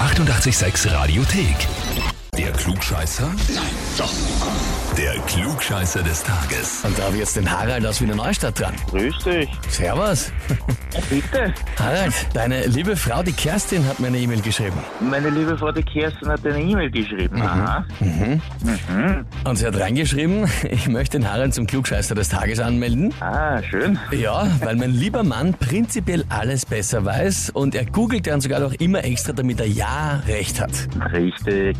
886 Radiothek. Der Klugscheißer? Nein, doch. Der Klugscheißer des Tages. Und da habe ich jetzt den Harald aus Wiener Neustadt dran. Grüß dich. Servus. Bitte. Harald, deine liebe Frau, die Kerstin, hat mir eine E-Mail geschrieben. Meine liebe Frau, die Kerstin hat eine E-Mail geschrieben. Aha. Und sie hat reingeschrieben, ich möchte den Harald zum Klugscheißer des Tages anmelden. Ah, schön. Ja, weil mein lieber Mann prinzipiell alles besser weiß und er googelt dann sogar noch immer extra, damit er ja recht hat. Richtig.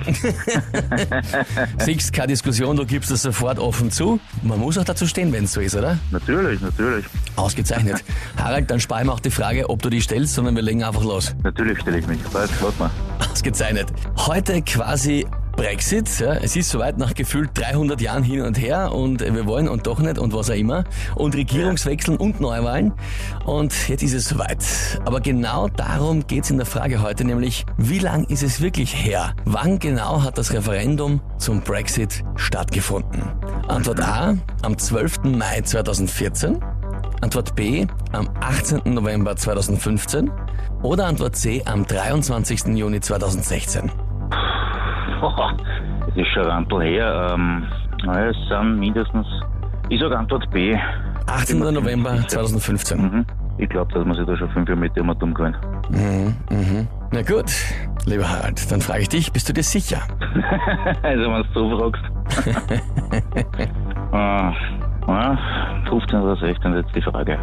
6K-Diskussion, du gibst das sofort offen zu. Man muss auch dazu stehen, wenn es so ist, oder? natürlich, natürlich. Ausgezeichnet. Harald, dann sparen wir auch die Frage, ob du die stellst, sondern wir legen einfach los. Natürlich stelle ich mich. Warte, warte mal. Ausgezeichnet. Heute quasi Brexit. Ja, es ist soweit nach gefühlt 300 Jahren hin und her und wir wollen und doch nicht und was auch immer. Und Regierungswechseln und Neuwahlen. Und jetzt ist es soweit. Aber genau darum geht's in der Frage heute, nämlich wie lang ist es wirklich her? Wann genau hat das Referendum zum Brexit stattgefunden? Antwort A am 12. Mai 2014. Antwort B am 18. November 2015 oder Antwort C am 23. Juni 2016. Boah, das ist schon ein Rantel her. Ähm, naja, es sind mindestens. Ich sage Antwort B. 18. November 2015. Mhm. Ich glaube, dass man sich da schon fünf Jahre mit dem hat umgehen. Na gut, lieber Harald, dann frage ich dich, bist du dir sicher? also, wenn du so fragst. ah, ja, 15 oder 16 ist jetzt die Frage.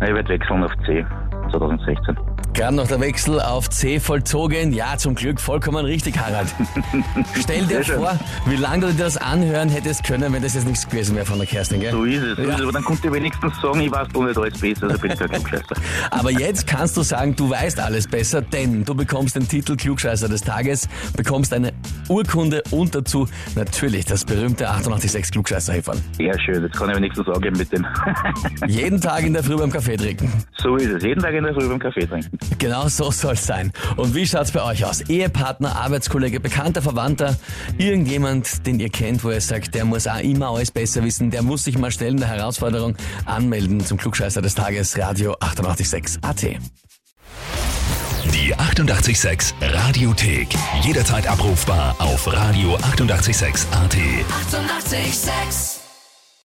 Na, ich werde wechseln auf C. 2016. Gerade noch der Wechsel auf C vollzogen. Ja, zum Glück vollkommen richtig, Harald. Stell dir schön. vor, wie lange du dir das anhören hättest können, wenn das jetzt nichts gewesen wäre von der Kerstin, gell? So ist es. So ist es. Aber dann konnte ich wenigstens sagen, ich weiß doch nicht alles besser, also bin ich kein Klugscheißer. Aber jetzt kannst du sagen, du weißt alles besser, denn du bekommst den Titel Klugscheißer des Tages, bekommst eine Urkunde und dazu natürlich das berühmte 886 klugscheißer -Häferl. Ja, schön. Jetzt kann ich wenigstens sagen mit dem. Jeden Tag in der Früh beim Kaffee trinken. so ist es. Jeden Tag in der Früh beim Kaffee trinken. Genau so soll's sein. Und wie schaut's bei euch aus? Ehepartner, Arbeitskollege, bekannter Verwandter, irgendjemand, den ihr kennt, wo ihr sagt, der muss auch immer alles besser wissen, der muss sich mal stellen der Herausforderung anmelden zum Klugscheißer des Tages, Radio 886 AT. Die 886 Radiothek. Jederzeit abrufbar auf radio886.at. 886! Eighty-eight, sex.